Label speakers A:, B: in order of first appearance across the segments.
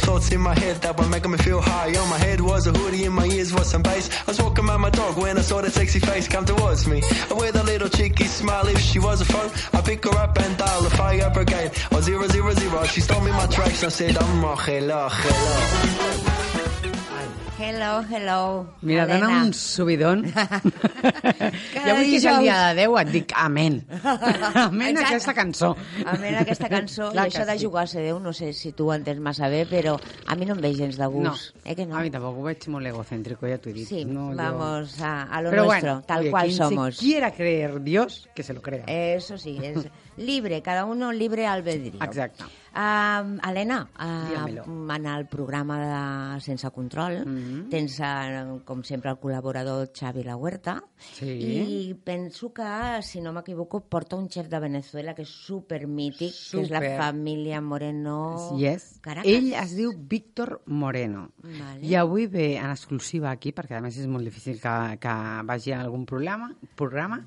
A: thoughts in my head that were making me feel high. On my head was a hoodie, in my ears was some bass. I was walking by my dog when I saw that sexy face come towards me. And with a little cheeky smile, if she was a phone, I pick her up and dial the fire brigade. Or zero zero zero. She stole me my tracks. I said, I'm a hello, hello.
B: Hello, hello.
C: Mira, dona
B: Helena.
C: un subidon. I avui que és
B: dijous.
C: el dia de Déu et dic amén. Amén a
B: Exacte.
C: aquesta cançó.
B: Amén a aquesta cançó
C: Clar
B: i això
C: que
B: de
C: sí.
B: jugar-se Déu, no sé si tu ho entens massa bé, però a mi no em ve gens de
C: No,
B: gust. Eh que no?
C: a mi tampoc ho veig molt egocéntrico, ja t'ho he dit.
B: Sí,
C: no, jo-
B: vamos a, a lo
C: Pero
B: nuestro,
C: bueno,
B: tal
C: oye,
B: cual
C: quien
B: somos.
C: se quiera creer Dios, que se lo crea.
B: Eso sí, es libre, cada uno libre albedrío.
C: Exacte.
B: Uh, Helena,
C: Dígamelo.
B: uh, en el programa de Sense Control tens, eh, com sempre, el col·laborador Xavi La Huerta
C: Sí.
B: i penso que, si no m'equivoco, porta un xef de Venezuela que és supermític, que és la
C: Super.
B: família Moreno
C: Yes.
B: Oh, Caracas.
C: Ell es diu Víctor Moreno.
B: Vale.
C: I avui ve en exclusiva aquí, perquè a més és molt difícil que, que vagi a algun programa, programa.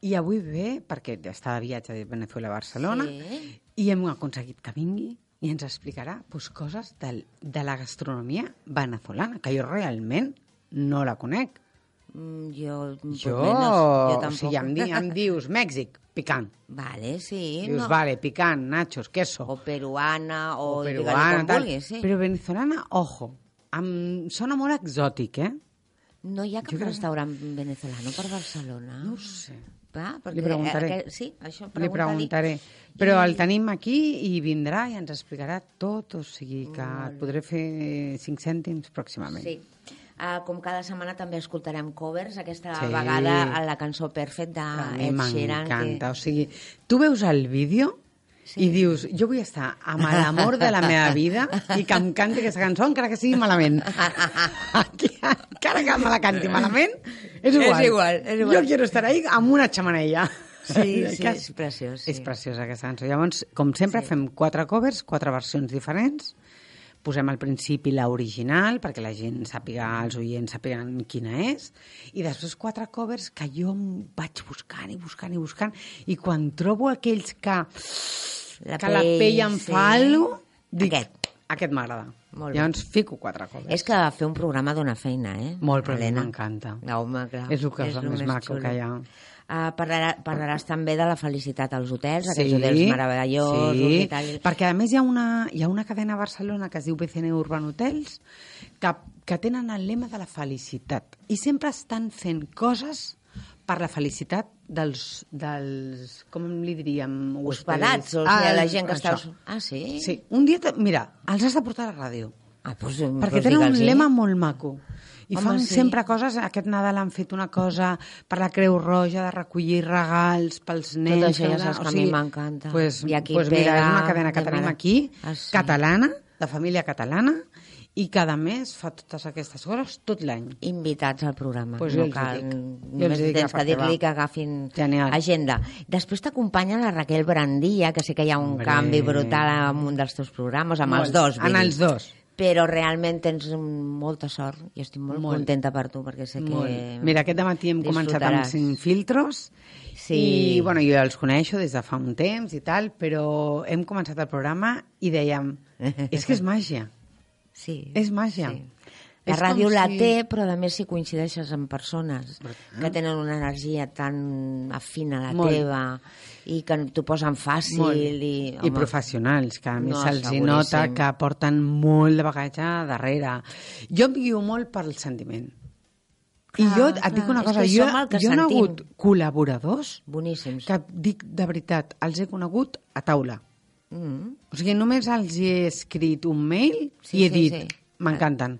C: I avui ve perquè està de viatge de Venezuela a Barcelona
B: Sí.
C: i hem aconseguit que vingui i ens explicarà pues, coses del, de la gastronomia venezolana, que jo realment no la conec.
B: Mm, jo, pues
C: Jo,
B: menos, jo
C: o
B: tampoc.
C: sigui, em, di, em dius Mèxic, picant.
B: Vale, sí.
C: Dius,
B: no.
C: vale, picant, nachos, queso.
B: O peruana, o,
C: o
B: digue-li
C: peruana,
B: com
C: tal.
B: vulguis, sí.
C: Però venezolana, ojo, em sona molt exòtic, eh?
B: No hi ha cap
C: Jo crec que-
B: restaurant venezolano per Barcelona?
C: No ho sé.
B: Va, perquè,
C: Li preguntaré.
B: eh, que- sí, això
C: Li preguntaré. Però el tenim aquí i vindrà i ens explicarà tot, o sigui que et podré fer cinc cèntims pròximament.
B: Sí. Uh, com cada setmana també escoltarem covers, aquesta
C: Sí.
B: vegada a la cançó Perfect de
C: A mi
B: Ah, Ed Sheeran.
C: m'encanta, o sigui, tu veus el vídeo sí. i dius, jo vull estar amb l'amor de la meva vida i que em canti aquesta cançó encara que sigui malament. Aquí, encara que me la canti malament,
B: És
C: és igual.
B: igual, és igual.
C: Jo quiero estar ahí amb una xamanella.
B: Sí, sí,
C: Que
B: és preciós, sí.
C: És preciosa aquesta cançó. Llavors, com sempre, sí. fem quatre covers, quatre versions diferents. Posem al principi la original perquè la gent sàpiga, els oients sàpiguen quina és, i després quatre covers que jo em vaig buscant i buscant i buscant, i quan trobo aquells que
B: La
C: que la pell em
B: sí.
C: fa alguna dic,
B: Aquest.
C: aquest, aquest m'agrada.
B: Molt bé.
C: Llavors fico quatre covers.
B: És que fer un programa dona feina, eh?
C: Molt, però a mi
B: Helena?
C: m'encanta.
B: No, home, clar.
C: És el que és el més maco que hi ha.
B: Uh, parlarà, parlaràs també de la felicitat als hotels, sí,
C: Sí,
B: aquests hotels meravellosos
C: sí,
B: i tal.
C: Perquè a més hi ha, una, hi ha una cadena a Barcelona que es diu BCN Urban Hotels que, que tenen el lema de la felicitat i sempre estan fent coses per la felicitat dels, dels com li diríem...
B: Hospedats, o
C: hostels.
B: sigui,
C: Ah,
B: la gent que
C: això.
B: està... Ah, sí?
C: Sí, un dia... te- Mira, els has de portar a la ràdio.
B: Ah, doncs,
C: Perquè
B: doncs
C: tenen un
B: digue'ls-hi.
C: lema molt maco. I
B: Home,
C: fan
B: sí.
C: sempre coses, aquest Nadal han fet una cosa per la Creu Roja, de recollir regals pels nens.
B: això ja
C: de-
B: saps que a mi m'encanta.
C: Pues,
B: I aquí
C: pues mira,
B: pega
C: és una cadena que
B: de
C: tenim
B: mare.
C: aquí,
B: Ah, sí.
C: catalana, de família catalana, i cada mes fa totes aquestes coses tot l'any.
B: invitats al programa.
C: Pues jo
B: no
C: els ho
B: cal,
C: dic. Jo
B: només
C: els dic
B: tens
C: a
B: que
C: part
B: dir-li
C: teva.
B: que agafin
C: Genial.
B: agenda. Després t'acompanya la Raquel Brandia, que sé que hi ha un
C: Hombre.
B: canvi brutal en un dels teus programes, amb els
C: Molt.
B: dos. vull
C: En
B: dir.
C: els dos.
B: Però realment tens mm, molta sort i estic molt,
C: Molt.
B: contenta per tu, perquè sé que...
C: Molt. Mira, aquest matí hem començat amb
B: disfrutaràs.
C: cinc filtros
B: Sí.
C: i, bueno, jo ja els coneixo des de fa un temps i tal, però hem començat el programa i dèiem, és que és màgia.
B: Sí.
C: És màgia.
B: Sí. La
C: És
B: ràdio
C: com
B: la
C: si- eh?
B: té, però a més si coincideixes amb persones que tenen una energia tan afina a la
C: Molt.
B: teva i que t'ho posen fàcil i...
C: I professionals, que a més
B: No,
C: se'ls
B: seguríssim.
C: nota que porten molt de bagatge darrere. Jo em guio molt pel sentiment. I
B: Clar,
C: jo et
B: clar,
C: dic una
B: és
C: cosa,
B: que
C: jo,
B: som el que
C: jo he
B: sentim.
C: conegut col·laboradors
B: Boníssims.
C: que dic de veritat, els he conegut a taula.
B: Mm.
C: O sigui, només els he escrit un mail
B: Sí,
C: i he
B: sí,
C: dit,
B: sí.
C: m'encanten.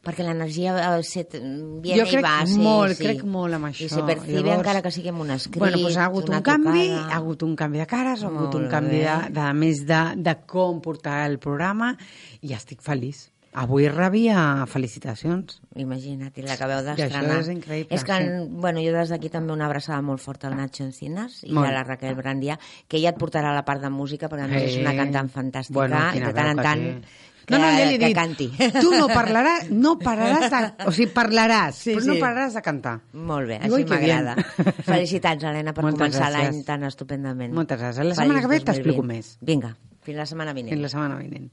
B: Perquè l'energia eh, se t- viene
C: Jo crec
B: i va, sí,
C: molt,
B: sí.
C: crec molt amb això.
B: I se percibe
C: Llavors-
B: encara que sigui amb un escrit,
C: bueno, doncs ha hagut
B: una
C: un canvi,
B: trucada.
C: ha hagut un canvi de cares, ha hagut un
B: Molt
C: canvi
B: bé.
C: de, de, a més de, de com portar el programa i estic feliç. Avui rebia felicitacions.
B: Imagina't, i l'acabeu
C: això
B: d'estrenar.
C: és increïble,
B: És que,
C: sí.
B: bueno, jo des d'aquí també una abraçada molt forta al Nacho Encinas i
C: Molt.
B: a la Raquel Brandia, que ella et portarà la part de música, perquè a més Doncs és una
C: Eh,
B: cantant fantàstica,
C: bueno,
B: i
C: quina
B: de tant en
C: veu que
B: tant
C: té.
B: que,
C: no, no, ja li he
B: que
C: dit,
B: canti.
C: tu no parlaràs, no pararàs de, o sigui, parlaràs,
B: Sí,
C: però
B: sí.
C: no pararàs de cantar.
B: Molt bé,
C: Ui,
B: així
C: que
B: m'agrada.
C: bien.
B: Felicitats, Helena, per
C: Moltes
B: començar
C: gràcies.
B: l'any tan estupendament.
C: Moltes gràcies. La setmana que ve
B: 2020.
C: t'explico més.
B: Vinga, fins la setmana vinent.
C: Fins la setmana vinent.